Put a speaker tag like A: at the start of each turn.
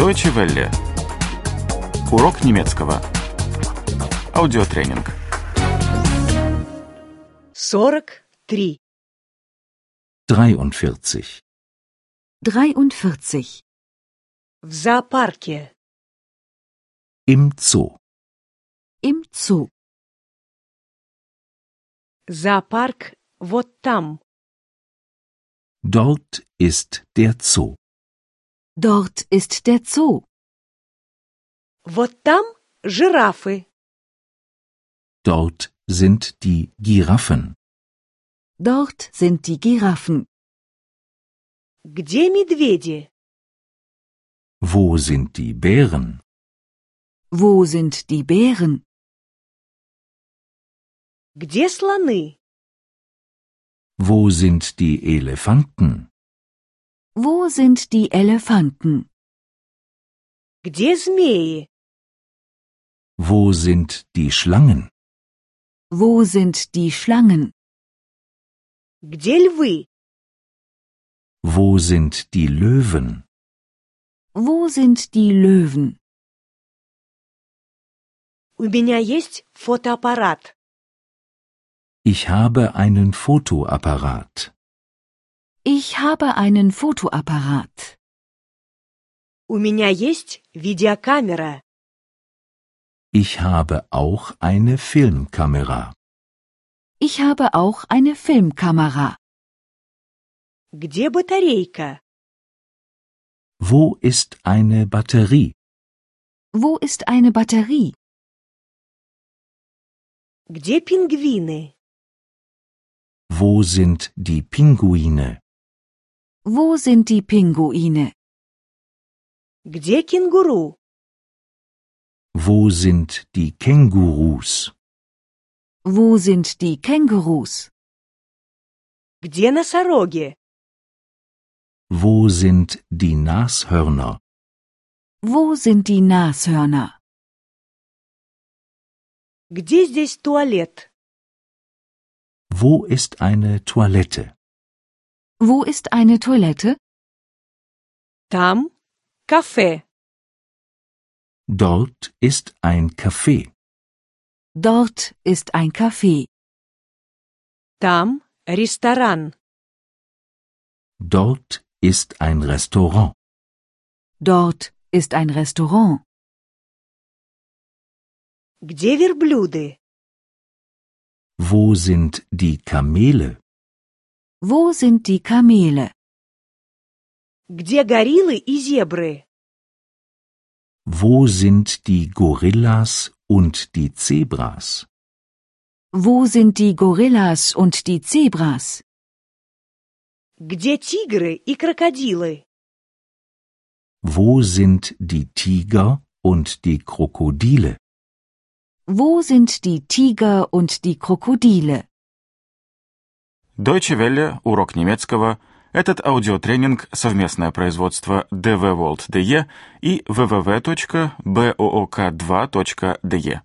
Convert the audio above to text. A: Deutsche Welle. Урок немецкого. Аудиотренинг.
B: 43.
C: 43.
D: 43.
B: В зоопарке.
C: Im Zoo.
D: Im Zoo.
B: Зоопарк вот там.
C: Dort ist der Zoo.
D: Dort ist der Zoo.
B: Вот там жирафы.
C: Dort sind die Giraffen.
D: Dort sind die Giraffen.
B: Где медведи?
C: Wo sind die Bären?
D: Wo sind die Bären?
B: Где слоны?
C: Wo sind die Elefanten?
D: Wo sind die Elefanten?
B: Где змеи?
C: Wo sind die Schlangen?
D: Wo sind die Schlangen?
B: Где львы?
C: Wo sind die Löwen?
D: Wo sind die Löwen?
B: У меня есть фотоаппарат.
C: Ich habe einen Fotoapparat.
D: Ich habe einen Fotoapparat.
B: У меня есть видеокамера.
C: Ich habe auch eine Filmkamera.
D: Ich habe auch eine Filmkamera.
B: Где батарейка?
C: Wo ist eine Batterie?
D: Wo ist eine Batterie?
B: Где пингвины?
C: Wo sind die Pinguine?
D: Wo sind die Pinguine?
B: Где кенгуру?
C: Wo sind die Kängurus?
D: Wo sind die Kängurus?
B: Где носороги?
C: Wo sind die Nashörner?
D: Wo sind die Nashörner?
B: Где здесь туалет?
C: Wo ist eine Toilette?
D: Wo ist eine Toilette?
B: Там кафе.
C: Dort ist ein Café.
D: Dort ist ein Café.
B: Там ресторан.
C: Dort ist ein Restaurant.
D: Dort ist ein Restaurant.
B: Где верблюды?
C: Wo sind die Kamele?
D: Wo sind die Kamele?
B: Где гориллы и зебры?
C: Wo sind die Gorillas und die Zebras?
D: Wo sind die Gorillas und die Zebras?
B: Где тигры и крокодилы?
C: Wo sind die Tiger und die Krokodile?
D: Wo sind die Tiger und die Krokodile?
A: Deutsche Welle. Урок немецкого. Этот аудиотренинг – совместное производство DW World DE и www.book2.de.